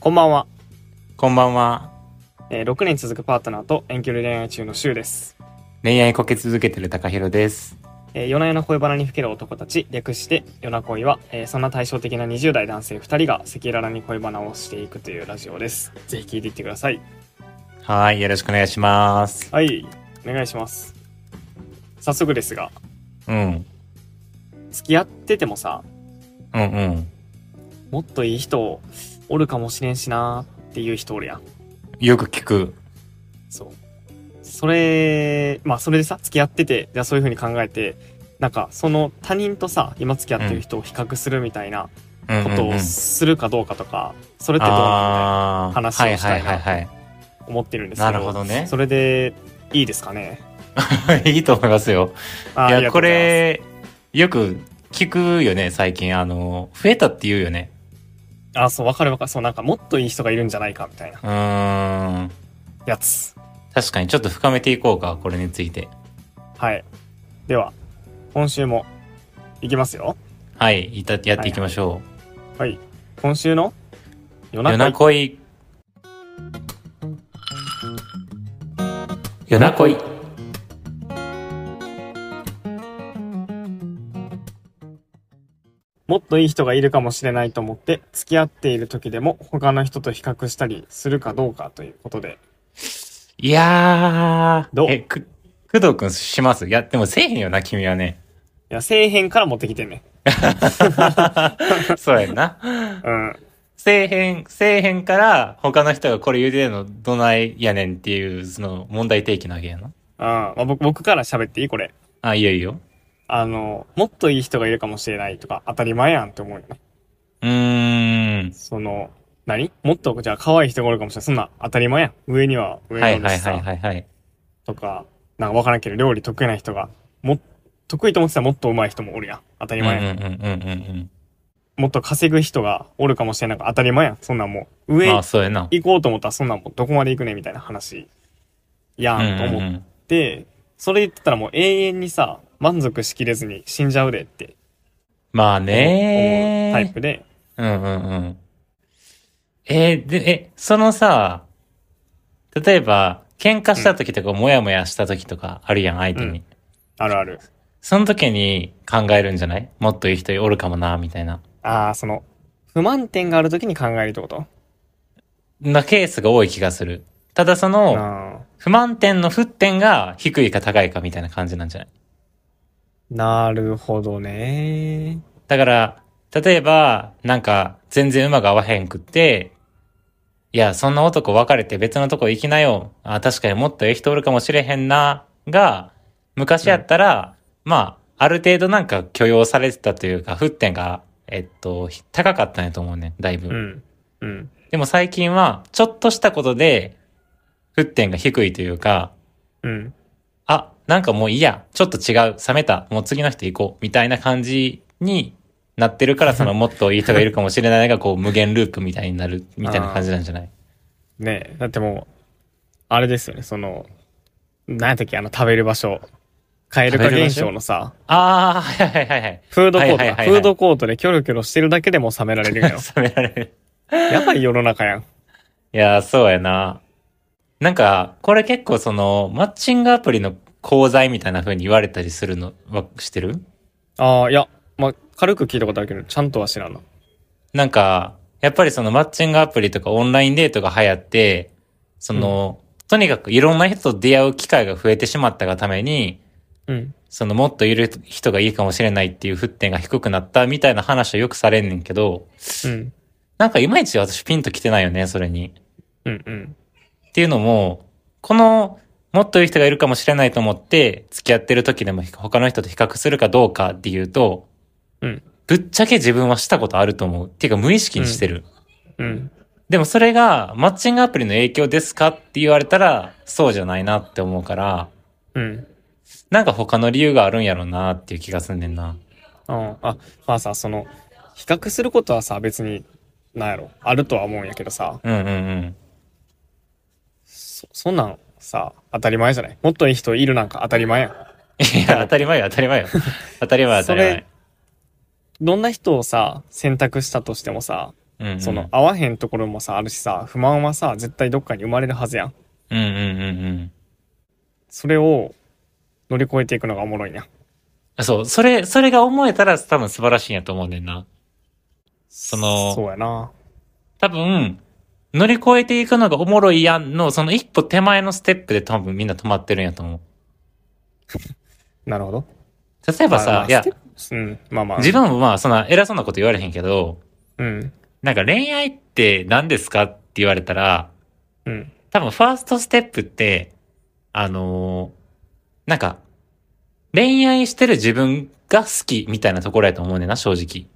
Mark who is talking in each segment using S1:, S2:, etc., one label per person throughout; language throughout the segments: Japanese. S1: こんばんは、
S2: こんばんは。
S1: えー6年続くパートナーと遠距離恋愛中のシュウです、
S2: 恋愛こけ続けてる高弘です。
S1: えー夜な夜な恋バナにふける男たち略して夜な恋は、えーそんな対照的な20代男性2人が赤裸々に恋バナをしていくというラジオですぜひ聞いていってください
S2: はい、よろしくお願いします。
S1: はいお願いします早速ですが
S2: うん。
S1: 付き合っててもさ
S2: うんうん。
S1: もっといい人おるかもしれんしなーっていう人おるやん
S2: よく聞く。
S1: そう。それ、まあそれでさ、付き合ってて、じゃあそういう風に考えて、なんかその他人とさ、今付き合ってる人を比較するみたいな
S2: うんうん
S1: こ
S2: うん
S1: とをするかどうかとか、それってどうなの
S2: あー
S1: 話をしたいな
S2: はいはいはい
S1: って思ってるんですけど。
S2: なるほどね
S1: それで、いいですかね。
S2: はい。 いいと思いますよ。
S1: あ
S2: い
S1: ー
S2: や、こ、れ、よく聞くよね、最近。あの、増えたって言うよね。
S1: ありがとうございますあ、そう、わかるわかる。そう、なんかもっといい人がいるんじゃないかみたいな
S2: うーん。
S1: やつ。
S2: 確かに、ちょっと深めていこうか、これについて。
S1: はい。では、今週も、いきますよ。
S2: はい、いたやっていきましょ
S1: はい。今週の、夜
S2: う。
S1: 中
S2: 夜な恋。夜な恋。
S1: もっといい人がいるかもしれないと思って付き合っている時でも他の人と比較したりするかどうかということで
S2: いやー。
S1: どう
S2: え、く、工藤くんしますいや、でもせえへんよな、君はね。
S1: いや底辺から持ってきてんね
S2: そうやんな。
S1: うん
S2: せえへん、せえへんから、他の人がこれ言うてんの、どないやねんっていう、その、問題提起なわけやな。
S1: あー、まあ、僕僕から喋っていいこれ
S2: あ、いいよいいよ。
S1: あのもっといい人がいるかもしれないとか当たり前やんって思うよね
S2: うーん。
S1: その何もっとじゃあ可愛い人がおるかもしれないそんなん当たり前やん上には上
S2: は
S1: にお
S2: い
S1: る
S2: はい
S1: し
S2: はい
S1: さ
S2: はいはい。
S1: とかなんか分からんけど料理得意な人がも得意と思ってたらもっと上手い人もおるやん当た
S2: う
S1: り
S2: んうん
S1: 前やん、
S2: うんうんうん
S1: もっと稼ぐ人がおるかもしれないから当たり前やんそんなんもう
S2: うん。
S1: 上
S2: まあ、そうやな。
S1: 行こうと思ったらそんなんもうどこまで行くねみたいな話やんと
S2: うんうんう
S1: 思っ
S2: ん
S1: て、それ言ってたらもう永遠にさ満足しきれずに死んじゃうでって
S2: まあ
S1: 思う
S2: ねー。
S1: タイプで
S2: うんうんうん。えーで、え、そのさ、例えば、喧嘩した時とか、もやもやした時とかあるやん、相手に。
S1: うんあるある
S2: その時に考えるんじゃないもっといい人おるかもな、みたいな。
S1: ああその不満点がある時に考えるってこと
S2: なケースが多い気がする。ただその、
S1: あ
S2: 不満点の沸点が低いか高いかみたいな感じなんじゃない
S1: ーなるほどね
S2: だから、例えば、なんか、全然馬が合わへんくって、いや、そんな男別れて別のとこ行きなよ。あ、確かにもっとええ人おるかもしれへんな、が、昔やったら、まあ、ある程度なんか許容されてたというか、沸点が、えっと、高かったんやと思うね、だいぶ。
S1: うんうん
S2: でも最近は、ちょっとしたことで、沸点が低いというか、
S1: うん
S2: あ、なんかもういいや、ちょっと違う、冷めた、もう次の人行こう、みたいな感じになってるから、そのもっといい人がいるかもしれないが、こう無限ループみたいになる、みたいな感じなんじゃない
S1: ねえだってもうあれですよねその何やったっけあの食べる場所カエル化
S2: 食べる場
S1: 現
S2: 所
S1: 象のさ
S2: ああ、はいはいはいはい。
S1: フードコートだ、
S2: はいはいはい
S1: フ
S2: はい
S1: ードコートでキョロキョロしてるだけでも冷められるよ。
S2: 冷められる。
S1: やばい世の中やん。
S2: いやー、そうやな。なんか、これ結構その、マッチングアプリの功罪みたいな風に言われたりするのは、してる
S1: ああ、いや、まあ、軽く聞いたことあるけど、ちゃんとは知らんな。
S2: なんか、やっぱりそのマッチングアプリとかオンラインデートが流行って、その、とにかくいろんな人と出会う機会が増えてしまったがために、
S1: うん。
S2: そのもっといる人がいいかもしれないっていう沸点が低くなったみたいな話をよくされんねんけど、
S1: うん。
S2: なんかいまいち私ピンと来てないよね、それに。
S1: うんうん。
S2: っていうのも、この、もっといい人がいるかもしれないと思って、付き合ってる時でも他の人と比較するかどうかっていうと、
S1: うん
S2: ぶっちゃけ自分はしたことあると思う。っていうか無意識にしてる。
S1: うん。
S2: でもそれがマッチングアプリの影響ですかって言われたらそうじゃないなって思うから、
S1: うん。
S2: なんか他の理由があるんやろうなっていう気がすんねんな。
S1: ああ、まあさ、その、比較することはさ、別に、なんやろ、あるとは思うんやけどさ、
S2: うんうんうん。
S1: そ、そんなんさ、当たり前じゃないもっといい人いるなんか当たり前やん。
S2: いや、当たり前よ、当たり前よ。当たり前、当たり
S1: それ
S2: 前。
S1: どんな人をさ、選択したとしてもさ、
S2: ううんうん
S1: その合わへんところもさあるしさ不満はさ絶対どっかに生まれるはずやん
S2: うんうんうんうん
S1: それを乗り越えていくのがおもろいな
S2: そう、それ、それが思えたら多分素晴らしいんやと思うねんな。
S1: そ
S2: の
S1: そうやな
S2: 多分、乗り越えていくのがおもろいやんの、その一歩手前のステップで多分みんな止まってるんやと思う。
S1: なるほど
S2: 例え
S1: ま
S2: ば
S1: あま
S2: さ
S1: あ、
S2: いや
S1: ス、テップうんまあまあ
S2: 自分もまあ、そんな偉そうなこと言われへんけど、
S1: うん
S2: なんか恋愛って何ですかって言われたら、
S1: うん
S2: 多分ファーストステップって、あのーなんか、恋愛してる自分が好きみたいなところやと思うねんな、正直。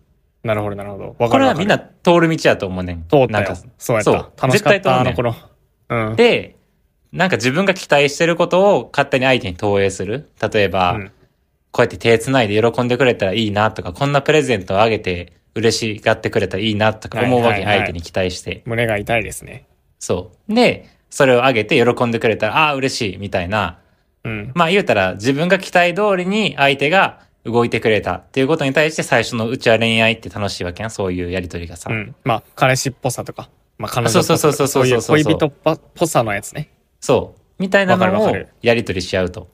S1: なるほどなるほどわ
S2: こ
S1: かる
S2: れは
S1: わかる
S2: みんな通る道やと思うねん。
S1: 通っ
S2: な
S1: た
S2: ん
S1: よ
S2: か
S1: そうやっ
S2: そう
S1: た楽しかっ
S2: 絶対
S1: た
S2: 通
S1: あ
S2: んねん
S1: の頃うん
S2: で、なんか自分が期待してることを勝手に相手に投影する。例えば、
S1: うん
S2: こうやって手繋いで喜んでくれたらいいなとか、こんなプレゼントをあげて嬉しがってくれたらいいなとか思うわけ、
S1: はいはいはい
S2: 相手に期待して。
S1: 胸が痛いですね
S2: そう。で、それをあげて喜んでくれたら、ああー、嬉しい、みたいな。
S1: うん
S2: まあ言うたら、自分が期待通りに相手が動いてくれたっていうことに対して、最初のうちは恋愛って楽しいわけやん。そういうやりとりがさ。
S1: うんまあ彼氏っぽさとかまあ彼女っぽさ
S2: そうそうそうそうそうそう
S1: いう恋人っぽっぽさのやつね
S2: そう。みたいな
S1: わかる
S2: の
S1: わ
S2: を
S1: かる
S2: やりとりし合うと。
S1: うん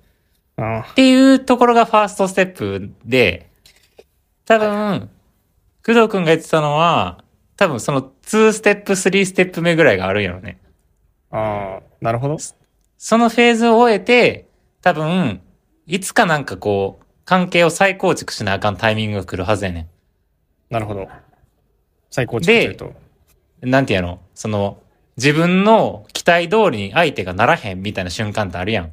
S2: っていうところがファーストステップで、多分、工藤くんが言ってたのは、多分その2ステップ、3ステップ目ぐらいがあるんやろね。
S1: ああなるほど
S2: そのフェーズを終えて、多分、いつかなんかこう、関係を再構築しなあかんタイミングが来るはずやね
S1: なるほど最高値というと
S2: ん。なんていうのその、自分の期待通りに相手がならへんみたいな瞬間ってあるやん。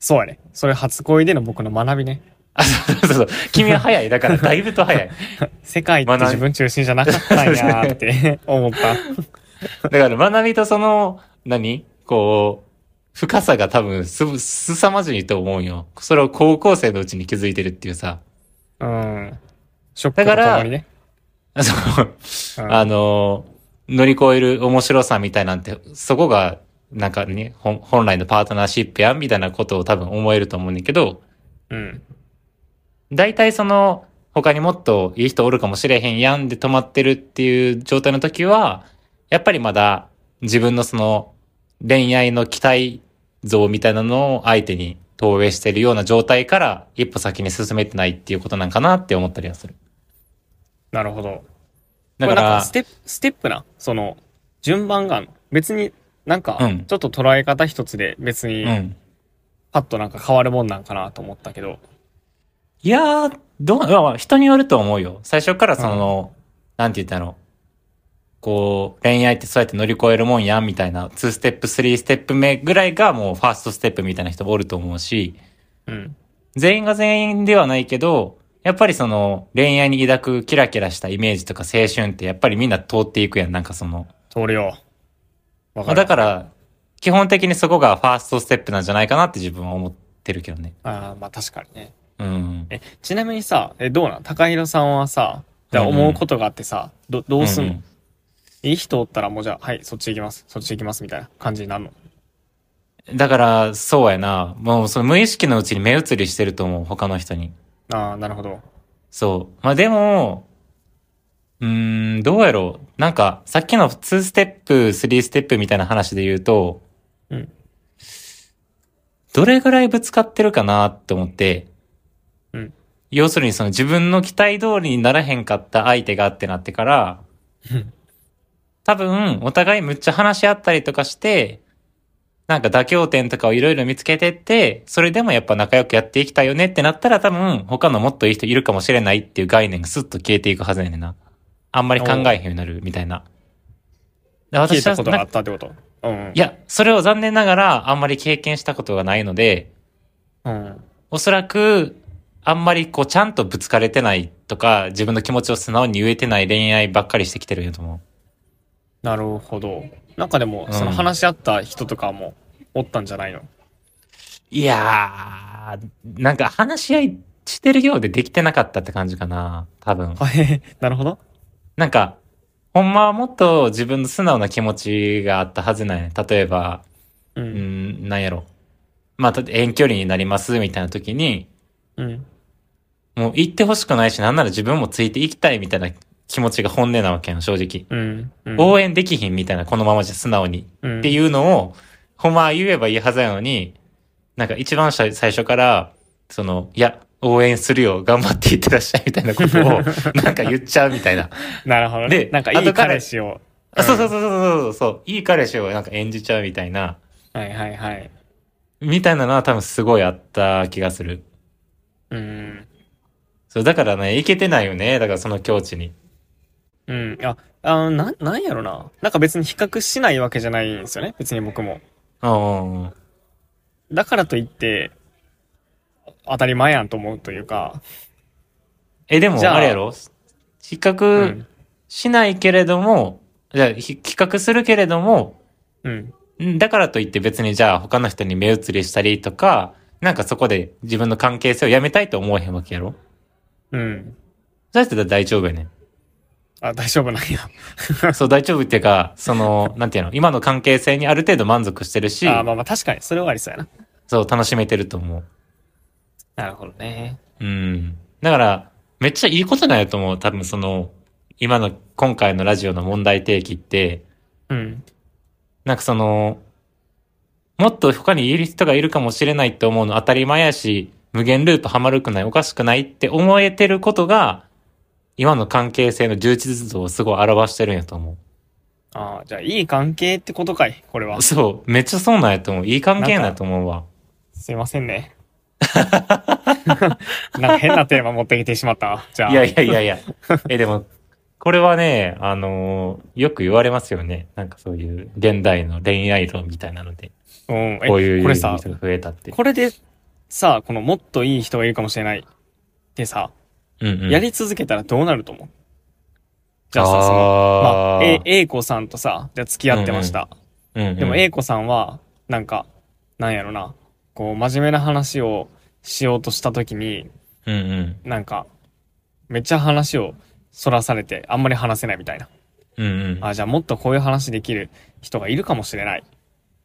S1: そうやねそれ初恋での僕の学びね
S2: あ、そうそうそう。君は早い。だからだいぶと早い。
S1: 世界って
S2: 学び
S1: 自分中心じゃなかったんやーって 思った
S2: だから学びとその、何こう、深さが多分す、すさまじいと思うよ。それを高校生のうちに気づいてるっていうさ。
S1: うんショックとともにね
S2: そう
S1: うん
S2: あの、乗り越える面白さみたいなんて、そこが、なんかね、ほん本来のパートナーシップやんみたいなことを多分思えると思うんだけど、
S1: うん
S2: 大体その、他にもっといい人おるかもしれへんやんで止まってるっていう状態の時は、やっぱりまだ自分のその恋愛の期待像みたいなのを相手に投影してるような状態から一歩先に進めてないっていうことなんかなって思ったりはする。
S1: なるほど
S2: だ
S1: これな
S2: か
S1: ん
S2: ら、
S1: ステップ、ステップな、その、順番があるの。別になんか
S2: うん、
S1: ちょっと捉え方一つで別
S2: う
S1: に、
S2: ん。
S1: パッとなんか変わるもんなんかなと思ったけど、
S2: いやー、どう、まあまあ人によると思うよ。最初からその、なんて言ったの。こう、恋愛ってそうやって乗り越えるもんやんみたいな、2ステップ、3ステップ目ぐらいがもうファーストステップみたいな人もおると思うし、
S1: うん。
S2: 全員が全員ではないけど、やっぱりその恋愛に抱くキラキラしたイメージとか青春ってやっぱりみんな通っていくやん、なんかその。
S1: 通るよ。わ
S2: ま
S1: か
S2: あ
S1: る
S2: だ。から、基本的にそこがファーストステップなんじゃないかなって自分は思ってるけどね。
S1: ああ、まあ確かにね。
S2: うん。
S1: え、ちなみにさ、え、どうなん高弘さんはさ、じゃあ
S2: うんうん
S1: 思うことがあってさ、ど、どうすんの、
S2: うん
S1: いい人おったらもうじゃあ、はい、そっち行きます、そっち行きます、みたいな感じになるの。
S2: だから、そうやな。もうその無意識のうちに目移りしてると思う、他の人に。
S1: ああ、なるほど。
S2: そう。まあでも、うーん、どうやろう。なんか、さっきの2ステップ、3ステップみたいな話で言うと、
S1: うん
S2: どれぐらいぶつかってるかなって思って、
S1: うん
S2: 要するにその自分の期待通りにならへんかった相手がってなってから
S1: うん、
S2: 多分、お互いむっちゃ話し合ったりとかして、なんか妥協点とかをいろいろ見つけてって、それでもやっぱ仲良くやっていきたいよねってなったら多分他のもっといい人いるかもしれないっていう概念がスッと消えていくはずやねんな。あんまり考えへんようになるみたいな。
S1: 聞い
S2: で私
S1: た
S2: は
S1: ことが
S2: な
S1: あったってこと。うんうん。
S2: いや、それを残念ながらあんまり経験したことがないので、
S1: うん。
S2: おそらくあんまりこうちゃんとぶつかれてないとか、自分の気持ちを素直に言えてない恋愛ばっかりしてきてるんやと思
S1: なるほど。なんかでも、
S2: うん
S1: その話し合った人とかもおったんじゃないの、
S2: う。いやー、なんか話し合いしてるようでできてなかったって感じかな。多分。
S1: はい、 なるほど。
S2: なんか、ほんまはもっと自分の素直な気持ちがあったはずなんやね。例えば、
S1: う。
S2: うんん、なんやろ。まあ、た遠距離になりますみたいな時に、
S1: うん。
S2: もう行ってほしくないし、なんなら自分もついていきたいみたいな気持ちが本音なわけやん、正直。
S1: うん。うん。
S2: 応援できひんみたいな、このままじゃ素直に。
S1: うん
S2: っていうのを、ほんまは言えばいいはずやのに、なんか一番最最初から、その、いや、応援するよ、頑張っていってらっしゃいみたい なことを、なんか言っちゃうみたいな。
S1: なるほどね。
S2: で
S1: なんかい
S2: 後
S1: い
S2: から
S1: 彼氏を。
S2: あそうそうそうそうそうそう、いい彼氏をなんか演じちゃうみたいな、
S1: はいはいはい。
S2: みたいなのは多分すごいあった気がする。
S1: うん。
S2: そう、だからね、いけてないよね、だからその境地に。
S1: うん。あ、あなん、なんやろな。なんか別に比較しないわけじゃないんですよね。別に僕も。
S2: うんうんうん。
S1: だからといって、当たり前やんと思うというか。
S2: え、でも、
S1: じゃあ
S2: あれやろ比
S1: う
S2: 較
S1: ん。
S2: しないけれども、じゃあ、ひ比較するけれども、
S1: うん。
S2: んだからといって別にじゃあ他の人に目移りしたりとか、なんかそこで自分の関係性をやめたいと思えへんわけやろ
S1: うん。
S2: そうやってたら大丈夫 やね
S1: あ、大丈夫なんや。
S2: ん。そう、大丈夫っていうか、その、なんていうの、今の関係性にある程度満足してるし、
S1: あ、まあまあ確かに、それはありそうやな。
S2: そう、楽しめてると思う。
S1: なるほどね。
S2: うん。だから、めっちゃいいことなんやと思う。多分その、今の、今回のラジオの問題提起って、
S1: うん。
S2: なんかその、もっと他にいる人がいるかもしれないって思うの当たり前やし、無限ループはまるくない、おかしくないって思えてることが、今の関係性の充実度をすごい表してるんやと思
S1: あじゃあいい関係ってことかい、これは
S2: う。。そう、めっちゃそうなんやと思う。いい関係なんやと思うわ。
S1: すいません ね。なんか変なテーマ持ってきてしまった。じゃあ。
S2: いやいやいや いや。え、でも、これはね、あのーよく言われますよね。なんかそういう現代の恋愛論みたいなので、
S1: うん。え
S2: こういう
S1: これ
S2: 人
S1: さ
S2: が、増えたって。
S1: これでさ、このもっといい人がいるかもしれないってさ、
S2: うんうん
S1: やり続けたらどうなると思うじゃあさ、その、ま
S2: あ
S1: あ、
S2: ー
S1: え、A 子さんとさ、じゃあ付き合ってました。
S2: うんうん
S1: でも A 子さんは、なんか、なんやろな、こう、真面目な話をしようとした時に、
S2: うんうん
S1: なんか、めっちゃ話をそらされて、あんまり話せないみたいな。
S2: うんうん。
S1: あ、じゃあもっとこういう話できる人がいるかもしれない。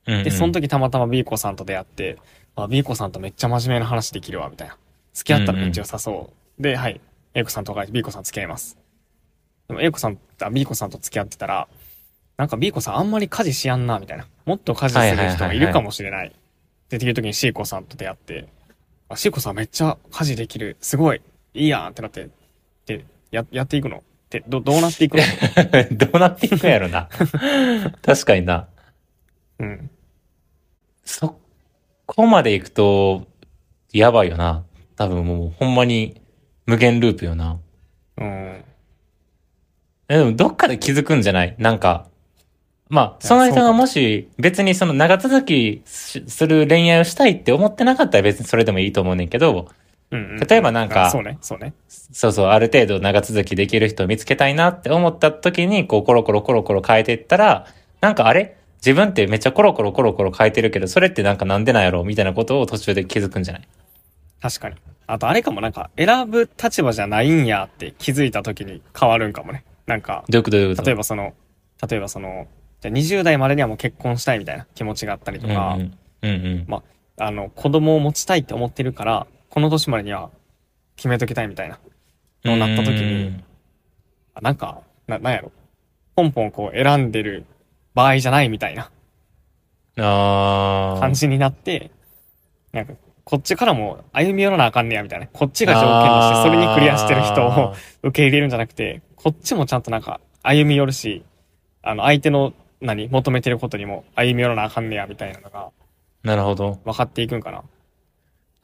S2: うんうん
S1: で、その時たまたま B 子さんと出会って、あ、B 子さんとめっちゃ真面目な話できるわ、みたいな。付き合ったらめっちゃ良さそう。で、はい。A 子さんとか B 子さん付き合います。でも A 子さん、あ、B 子さんと付き合ってたら、なんか B 子さんあんまり家事しやんな、みたいな。もっと家事する人がいるかもしれない。で、っていう時に C 子さんと出会って、あ、C 子さんめっちゃ家事できる。すごい。いいやんってなって、で、や、やっていくのって、ど、どうなってい くの
S2: どうなっていくんやろ な。確かにな。
S1: うん。
S2: そこまで行くと、やばいよな。多分もうほんまに無限ループよな。
S1: うん。
S2: えでもどっかで気づくんじゃないなんか。まあ、その
S1: そ
S2: 人
S1: うか
S2: が
S1: も
S2: もし別にその長続きしする恋愛をしたいって思ってなかったら別にそれでもいいと思うねんけど、
S1: うん、うん。
S2: 例えばなんか
S1: あそうね、そうね。
S2: そうそう、ある程度長続きできる人を見つけたいなって思った時に、こう、コロコロコロコロ変えていったら、なんかあれ自分ってめっちゃコロコロコロコロ変えてるけど、それってなんかなんでなんやろみたいなことを途中で気づくんじゃない
S1: 確かに。あとあれかもなんか、選ぶ立場じゃないんやって気づいた時に変わるんかもね。なんか、
S2: どういうことどういうこと
S1: 例えばその、例えばその、じゃあ20代までにはもう結婚したいみたいな気持ちがあったりとか、
S2: うんうん。うんうん。
S1: あの、子供を持ちたいって思ってるから、この年までには決めときたいみたいな、のになった時
S2: う
S1: に、
S2: ん
S1: あなんか、な、なんやろ。ポンポンこう選んでる場合じゃないみたいな
S2: あー
S1: 感じになって、なんか、こっちからも歩み寄らなあかんねやみたいな。こっちが条件にして、それにクリアしてる人を
S2: あー
S1: 受け入れるんじゃなくて、こっちもちゃんとなんか歩み寄るし、あの相手の何、求めてることにも歩み寄らなあかんねや、みたいなのが
S2: なるほど。
S1: 分かっていくんかな。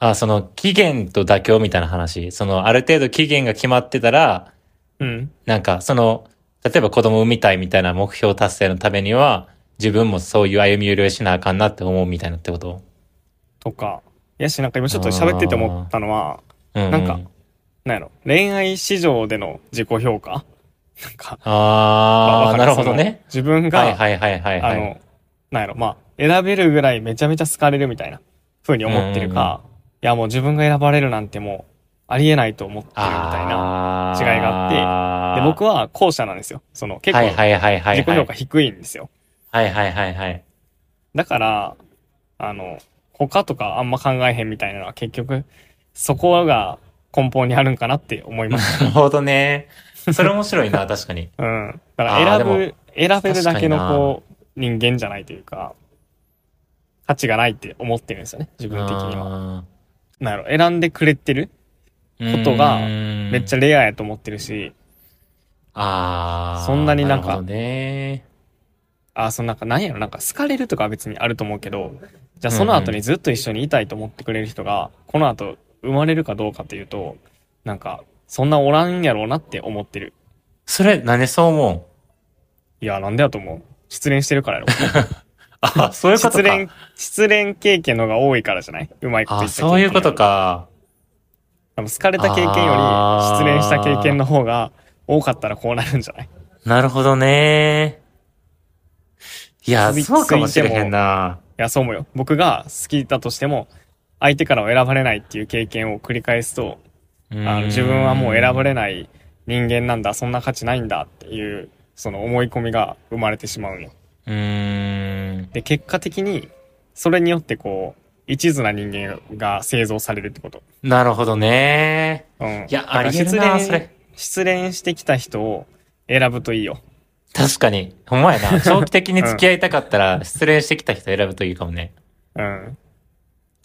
S2: あ、その、期限と妥協みたいな話。その、ある程度期限が決まってたら、
S1: うん。
S2: なんか、その、例えば子供産みたいみたいな目標達成のためには、自分もそういう歩み寄りをしなあかんなって思うみたいなってこと
S1: とか。やし、なんか今ちょっと喋ってて思ったのは、
S2: うん、うん。
S1: なんか、なんやろ、恋愛市場での自己評価なんか、ま
S2: あ
S1: わ
S2: あ、
S1: か
S2: なるほどね。。
S1: その自分が、
S2: はいはいはいはいは
S1: あ
S2: い。
S1: の、なんやろ、まあ、選べるぐらいめちゃめちゃ好かれるみたいな、風に思ってるか、いやもう自分が選ばれるなんてもう、ありえないと思ってるみたいな。
S2: あー
S1: 違いがで、僕は後者なんですよ。その、結
S2: はい
S1: 構、
S2: はいはいはいはい。
S1: 自己評価低いんですよ。
S2: はいはいはいはい。
S1: だから、あの、他とかあんま考えへんみたいなの は結局、そこが根本にあるんかなって思いまし
S2: なるほどね。それ面白 いな、確かに。
S1: うん。だから選
S2: あー
S1: ぶ、選べるだけの
S2: 確かにな
S1: こう、人間じゃないというか、価値がないって思ってるんですよね、自分的には。
S2: は。
S1: なんやろ、選んでくれてることがめっち
S2: ゃ、
S1: ゃレアやと思ってるし、
S2: あー
S1: そんなになんか
S2: るほどね。
S1: あ、そのなんか、なんやろ、なんか好かれるとかは別にあると思うけど、じゃあその後にずっと一緒にいたいと思ってくれる人が、この後生まれるかどうかというと、なんか、そんなおらんやろうなって思ってる。
S2: それ、何そう思う
S1: いや、なんでやと思う。失恋してる からやろ。
S2: あ、そういうことか。
S1: 失恋、失恋経験の方が多いからじゃないうまいこと言
S2: あ、
S1: った経験よ
S2: そう
S1: り
S2: いうこと。か。
S1: 多分好かれた経験より、
S2: あー
S1: 失恋した経験の方が多かったらこうなるんじゃない
S2: なるほどね。いや、
S1: つい
S2: そうかもしれへんな。
S1: いや、そう思うよ。僕が好きだとしても、相手からは選ばれないっていう経験を繰り返すと、あの自分はもう選ばれ
S2: い。
S1: ない人間なんだ、そんな価値ないんだっていう、その思い込みが生まれてしまうの。
S2: うーん。
S1: で、結果的に、それによってこう、一途な人間が製造されるってこと。
S2: なるほどね。
S1: うん。
S2: い
S1: だ
S2: や
S1: から
S2: ありえるな
S1: 失恋
S2: それ
S1: 失恋してきた人を選ぶといいよ。
S2: 確かに。ほんまやな。長期的に付き合いたかったら、失恋してきた人選ぶといいかもね。
S1: うん。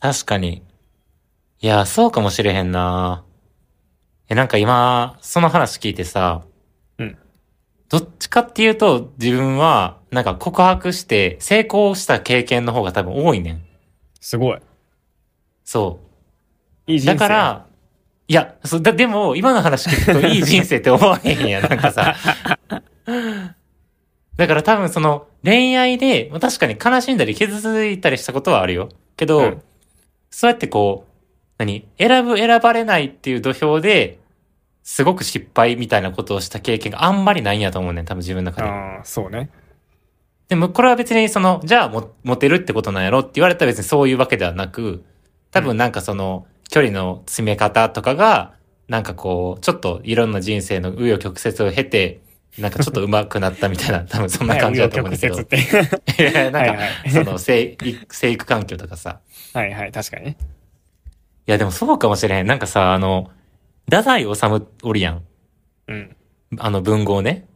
S2: 確かに。いや、そうかもしれへんな。え、なんか今、その話聞いてさ、
S1: うん。
S2: どっちかっていうと、自分は、なんか告白して、成功した経験の方が多分多いねん。
S1: すごい。
S2: そ。
S1: いいう人生。
S2: だか、ら、いや、そう、だ、でも、今の話聞くといい人生って思わへんやん、なん かさ。だから多分その、恋愛で、まあ確かに悲しんだり傷ついたりしたことはあるよ。けど、
S1: うん
S2: そうやってこう、何選ぶ、選ばれないっていう土俵で、すごく失敗みたいなことをした経験があんまりないんやと思うねん多分自分の中で。
S1: ああ、そうね。
S2: でもこれは別にその、じゃあもモテるってことなんやろって言われたら別にそういうわけではなく、多分なんかその、距離の詰め方とかが、なんかこう、ちょっといろんな人生の紆余曲折を経て、なんかちょっと上手くなったみた いな、多分そんな感じだと思うんだけど。
S1: はいい紆余曲折って。
S2: や、なんか、
S1: はいはい
S2: その生、生育環境とかさ。
S1: はいはい、確かにね。
S2: いや、でもそうかもしれへん。なんかさ、あの、太宰治おるやん。
S1: うん。
S2: あの文豪ね。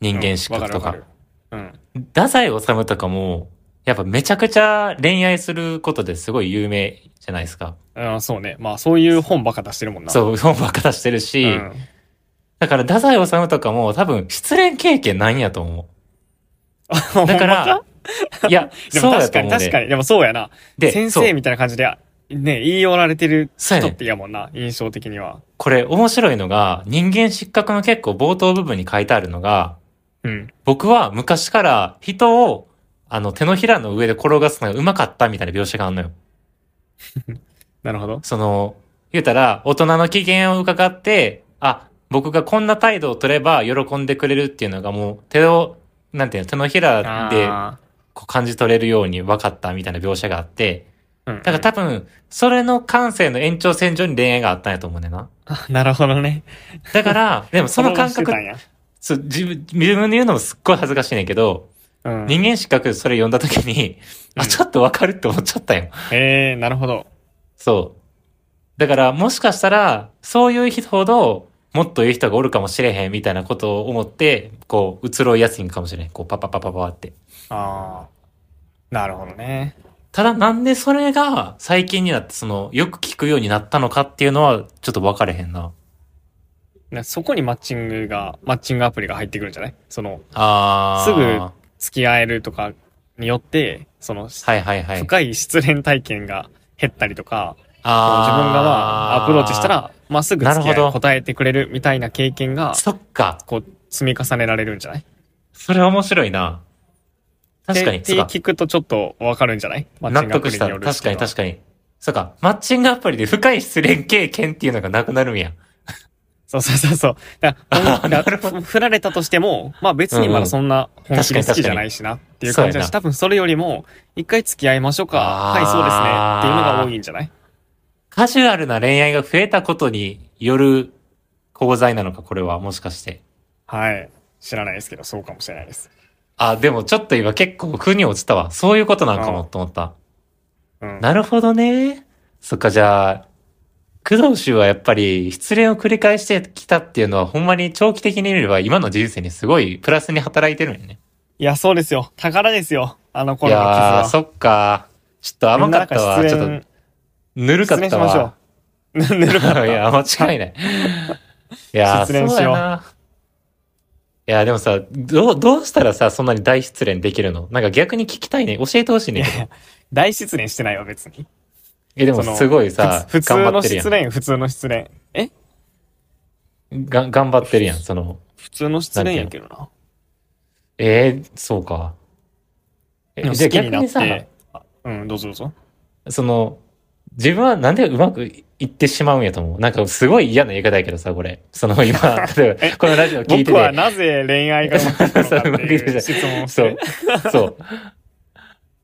S2: 人間失格と
S1: わ
S2: か
S1: る。わるうん。
S2: 太宰治とかも、やっぱめちゃくちゃ恋愛することですごい有名じゃないですか。
S1: あーそうね。まあ、そういう本ばっか出してるもんな。う。
S2: そう、本ばっか出してるし、
S1: うん、
S2: だから太宰治とかも多分失恋経験ないんやと 思う。だか
S1: ほんま
S2: ら、いや、
S1: で
S2: そ
S1: も
S2: うや
S1: 確
S2: と
S1: かに
S2: 思うね。
S1: 確かに。でもそうやな。
S2: で、
S1: 先
S2: そう
S1: 生みたいな感じで、あね、言い寄られてる
S2: そうや
S1: 人
S2: ねん
S1: ってやもんな、印象的には。
S2: これ面白いのが、人間失格の結構冒頭部分に書いてあるのが、
S1: うん。
S2: 僕は昔から人を、あの、手のひらの上で転がすのがうまかったみたいな描写があるのよ。
S1: なるほど。
S2: その、言うたら、大人の機嫌を伺って、あ、僕がこんな態度を取れば喜んでくれるっていうのがもう手を、なんていうの、手のひらで
S1: あ
S2: こう感じ取れるように分かったみたいな描写があって、
S1: ーうん
S2: だから多分、それの感性の延長線上に恋愛があったんやと思うねんな。
S1: あ なるほどね。
S2: だから、でもその感覚
S1: 転が、して
S2: そう自分、自分で言うのもすっごい恥ずかしいねんけど、
S1: たんや。うん。
S2: 人間失格それ読んだ時に、
S1: う
S2: あ、
S1: ん
S2: ちょっとわかるって思っちゃったよ。
S1: ええなるほど。
S2: そう。だから、もしかしたら、そういう人ほど、もっといい人がおるかもしれへんみたいなことを思って、こう、移ろいやすいんかもしれん。こう、パパパパパって。
S1: ああ。なるほどね。
S2: ただ、なんでそれが最近になって、その、よく聞くようになったのかっていうのは、ちょっと分かれへんな。
S1: なそこにマッチングが、マッチングアプリが入ってくるんじゃないその、
S2: あー。
S1: すぐ付き合えるとかによって、その、
S2: はいはいはい。
S1: 深い失恋体験が減ったりとか、こう
S2: あ
S1: 自分がまあアプローチした、ら、まあすぐ付き
S2: なるほ
S1: 合
S2: ど
S1: い答えてくれるみたいな経験が、
S2: そっか。
S1: こう積み重ねられるんじゃない
S2: それは面白いな。確か
S1: っ
S2: に。
S1: て
S2: そう
S1: って
S2: か
S1: 聞くとちょっとわかるんじゃないマッチ
S2: 納
S1: ングア
S2: 得
S1: プリ
S2: し
S1: に
S2: た。
S1: よる
S2: 確かに確
S1: か
S2: かに。そうか。マッチングアプリで深い失恋経験っていうのがなくなるんや。
S1: そうそうそうそう。だか
S2: あ
S1: ら だ
S2: なる
S1: か
S2: ほど
S1: ら、振られたとしても、まあ別にまだそんな本気で好きじゃないしなっていう感じだし、
S2: 確か
S1: 多分それよりも、一回付き合いましょうか。
S2: あー
S1: はい、そうですね。っていうのが多いんじゃない
S2: カジュアルな恋愛が増えたことによる功罪なのか、これはもしかして。
S1: はい。知らないですけど、そうかもしれないです。
S2: あ、でもちょっと今結構腑に落ちたわ。そういうことなんか
S1: う
S2: も
S1: ん
S2: と思った。
S1: うん。
S2: なるほどね。そっか、じゃあ、工藤氏はやっぱり失恋を繰り返してきたっていうのはほんまに長期的に見れば今の人生にすごいプラスに働いてるんよね。
S1: いや、そうですよ。宝ですよ。あの
S2: い
S1: 頃のキス
S2: やー、
S1: は。
S2: そっか。ちょっと甘かったわ。
S1: みん
S2: ち
S1: な
S2: ょ
S1: な
S2: っ
S1: ん
S2: と、ぬるかっ
S1: 失恋
S2: た
S1: しましょ
S2: わ
S1: う。失恋しましょう。ぬ るかった。
S2: いや、間違いない。いやー、
S1: 失恋しよう
S2: そうやないや、でもさ、どう、どうしたらさ、そんなに大失恋できるのなんか逆に聞きたいね。教えてほしいねんけど。
S1: 大失恋してないわ、別に。
S2: え、でも
S1: その
S2: すごいさ、
S1: 普通
S2: 頑張
S1: の
S2: ってるや
S1: 失
S2: ん。
S1: 恋、普通の失恋。え
S2: が、頑張ってるやん、その。
S1: 普通の失恋やけどな。
S2: えー、そうか。え
S1: でも
S2: じゃあ
S1: 好きに
S2: 逆
S1: な
S2: に
S1: っ
S2: さ、
S1: て。あうん、どうぞどうぞ。
S2: その、自分はなんでうまくいってしまうんやと思う。なんかすごい嫌な言い方やけどさ、これ。そ の今、例えば、 このラジオ聞いて
S1: 僕は
S2: て。
S1: なぜ恋愛がうまくいくのかっていう質問をし
S2: そ
S1: て
S2: う。。そう。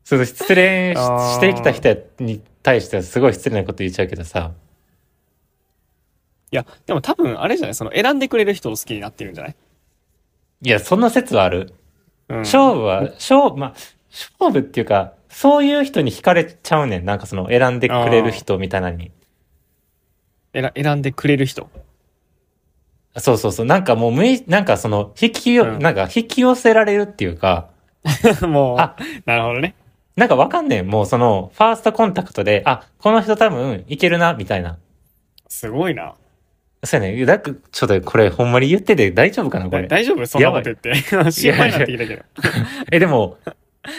S2: その失恋し
S1: あー
S2: してきた人に対してはすごい失礼なこと言っちゃうけどさ。
S1: いや、でも多分あれじゃないその選んでくれる人を好きになってるんじゃない
S2: いや、そんな説はある。
S1: うん。
S2: 勝負は、勝負、まあ、勝負っていうか、そういう人に惹かれちゃうねん。なんかその選んでくれる人みたいなのに。
S1: 選選んでくれる人。
S2: そうそうそう。なんかもう無い、なんかその、引きよ、
S1: うん
S2: なんか引き寄せられるっていうか、
S1: もう、
S2: あ
S1: なるほどね。
S2: なんかわかんねん。もうその、ファーストコンタクトで、あ、この人多分いけるな、みたいな。
S1: すごいな。
S2: そうやね。だく、ちょっとこれほんまに言ってて大丈夫かなこ
S1: だ
S2: れ。
S1: 大丈夫そんなこと言って。 心配になってきたけど。
S2: え、でも、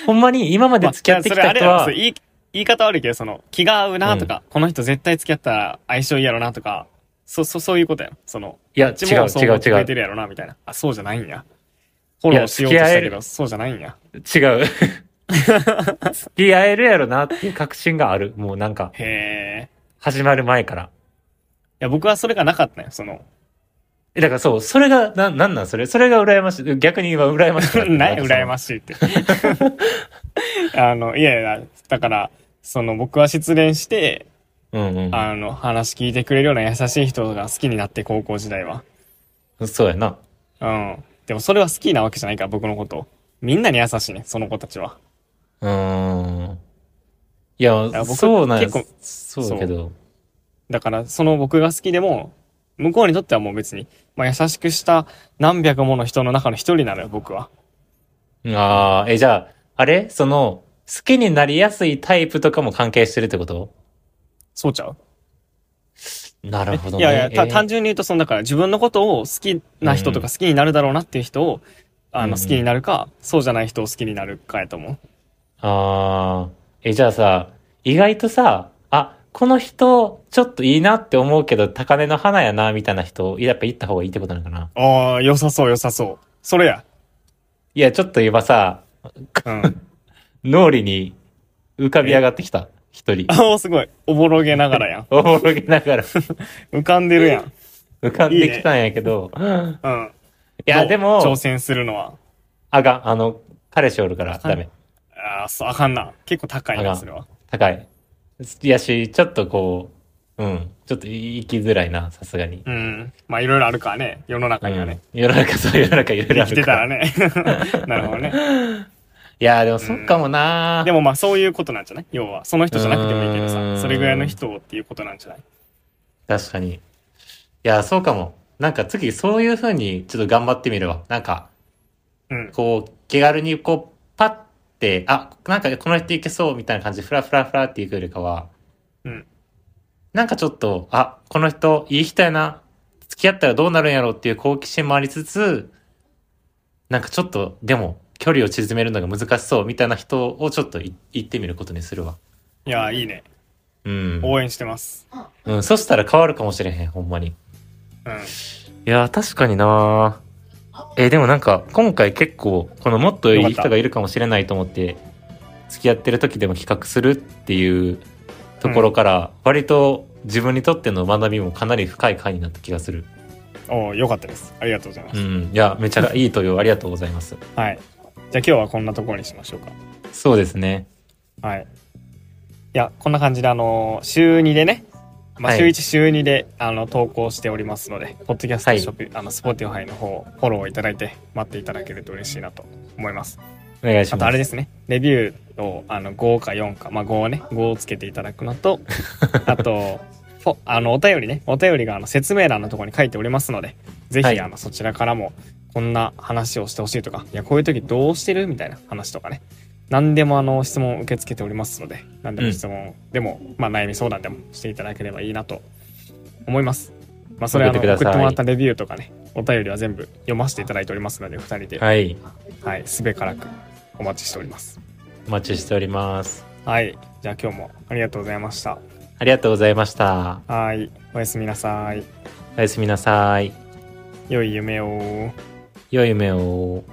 S2: ほんまに今まで
S1: まあ
S2: 付き合ってき
S1: それ
S2: た
S1: あれ
S2: 人
S1: やろ
S2: は
S1: それ、言い言い方悪いけど、その、気が合うなとか、この人絶対付き合ったら相性いいやろなとか、そ、そ、そういうことやろ。その、
S2: いや、
S1: う
S2: 違
S1: ちも
S2: う
S1: そう
S2: 違
S1: 思
S2: う
S1: って
S2: 違
S1: くれ
S2: う
S1: て。るやろな、みたいな。あ、そうじゃないんや。フォローしようとし
S2: いや付き合
S1: た
S2: え
S1: け
S2: る
S1: ど、そうじゃないんや。
S2: 違う。付き合えるやろなっていう確信がある。もうなんか、
S1: へえ。
S2: 始まる前から。
S1: いや、僕はそれがなかったよ、その。
S2: え、だからそう、それが、な、なんなんそれそれが羨ましい。逆に今羨ましくなってる
S1: 何羨
S2: なんか
S1: ましいって。 あの、いやいや、だから、その、僕は失恋して、
S2: そのうん
S1: あの、話聞いてくれるような優しい人が好きになって、高校時代は。
S2: うん。そうやな。
S1: うん。でもそれは好きなわけじゃないから、僕のこと。みんなに優しいね、その子たちは。
S2: うーん。い
S1: や
S2: や、
S1: 僕
S2: そうなんや
S1: 結構。
S2: そうだけど。
S1: だから、その僕が好きでも、向こうにとってはもう別に、まあ、優しくした何百もの人の中の一人なのよ、僕は。
S2: ああ、え、じゃあ、あれその、好きになりやすいタイプとかも関係してるってこと
S1: そうちゃう
S2: なるほど
S1: い
S2: ね。
S1: やいや、た
S2: えー
S1: 単純に言うと、その、だから自分のことを好きな人とか好きになるだろうなっていう人を、あの、
S2: うん
S1: 好きになるか、そうじゃない人を好きになるかやと思う。
S2: ああ、え、じゃあさ、意外とさ、あ、この人、ちょっといいなって思うけど、高嶺の花やな、みたいな人、やっぱ行った方がいいってことなのかな。
S1: ああ、良さそう、良さそう。それや。
S2: いや、ちょっと今さ、
S1: うん。
S2: 脳裏に浮かび上がってきた、一人。
S1: ああ、すごい。おぼろげながらやん。
S2: おもろげながら
S1: 浮かんでるや ん。
S2: 浮かんできたんやけど。い
S1: うん。
S2: や、
S1: どう
S2: でも、
S1: 挑戦するのは。
S2: あがん、あの、彼氏おるから、ダメ。
S1: ああ、そう、あかんな。結構高い
S2: あか
S1: な、
S2: ん
S1: それは。
S2: 高い。いやし、ちょっとこう、うん、ちょっと行きづらいな、さすがに。
S1: うん。まあ、いろいろあるからね。世の中にはね。
S2: うん世の中、そう、世の中いろいろあ
S1: 生きて
S2: るか
S1: たら。
S2: ら
S1: ね。 なるほどね。
S2: いやーでもそっかもなー、
S1: でもまあ、そういうことなんじゃない要は。その人じゃなくてもいいけど
S2: うーん
S1: さ。それぐらいの人をっていうことなんじゃない
S2: 確かに。いやーそうかも。なんか次そういう風にちょっと頑張ってみるわ。なんか、
S1: うん。
S2: こう、気軽にこう、パッて、あ、なんかこの人いけそうみたいな感じでフラフラフラっていくよりかは、
S1: うん。
S2: なんかちょっと、あ、この人いい人やな。付き合ったらどうなるんやろうっていう好奇心もありつつ、なんかちょっと、でも、距離を縮めるのが難しそうみたいな人をちょっとい行ってみることにするわ。
S1: いや、いいね。
S2: うん。
S1: 応援してます。
S2: うん、そしたら変わるかもしれへん、ほんまに。
S1: うん。
S2: いやー、確かになーえーでもなんか、今回結構、このもっといい人がいるかもしれないと思って、付き合ってる時でも企画するっていうところから、割と自分にとっての学びもかなり深い回になった気がする。
S1: おーよかったです。ありがとうございま
S2: う
S1: す。
S2: ん。いや、めちゃいい投票ありがとうございます。
S1: はい。じゃあ今日はこんなところにしましょうか。
S2: そうですね。
S1: はい。いや、こんな感じで、あの、週2でね、まあ、
S2: はい
S1: 週1、週2で、あの、投稿しておりますので、ポッドキャス
S2: は
S1: ト
S2: い
S1: ショップ、あの、スポティファイの方、フォローいただいて、待っていただけると嬉しいなと思います。
S2: お願いし
S1: あ
S2: ます。
S1: と、あれですね、レビューを、あの、5か4か、まあ、5はね、5をつけていただくのと、あと、ほあの、お便りね、お便りがあの説明欄のところに書いておりますので、ぜひ、
S2: はい
S1: あの、そちらからも、こんな話をしてほしいとか、いや、こういう時どうしてるみたいな話とかね。何でもあの、質問を受け付けておりますので、何でも質問でも、まあ、悩み相談でもしていただければいいなと思います。まあ、それはあの
S2: 送
S1: 送
S2: っ
S1: って
S2: ください
S1: てもらったレビューとかね、お便りは全部読ませていただいておりますので、二人で、は
S2: はい。
S1: い、すべからくお待ちしております。
S2: お待ちしております。
S1: はい。じゃあ今日もありがとうございました。
S2: ありがとうございました。
S1: はい。おやすみなさい。
S2: おやすみなさい。
S1: 良い夢を。
S2: 良い夢を。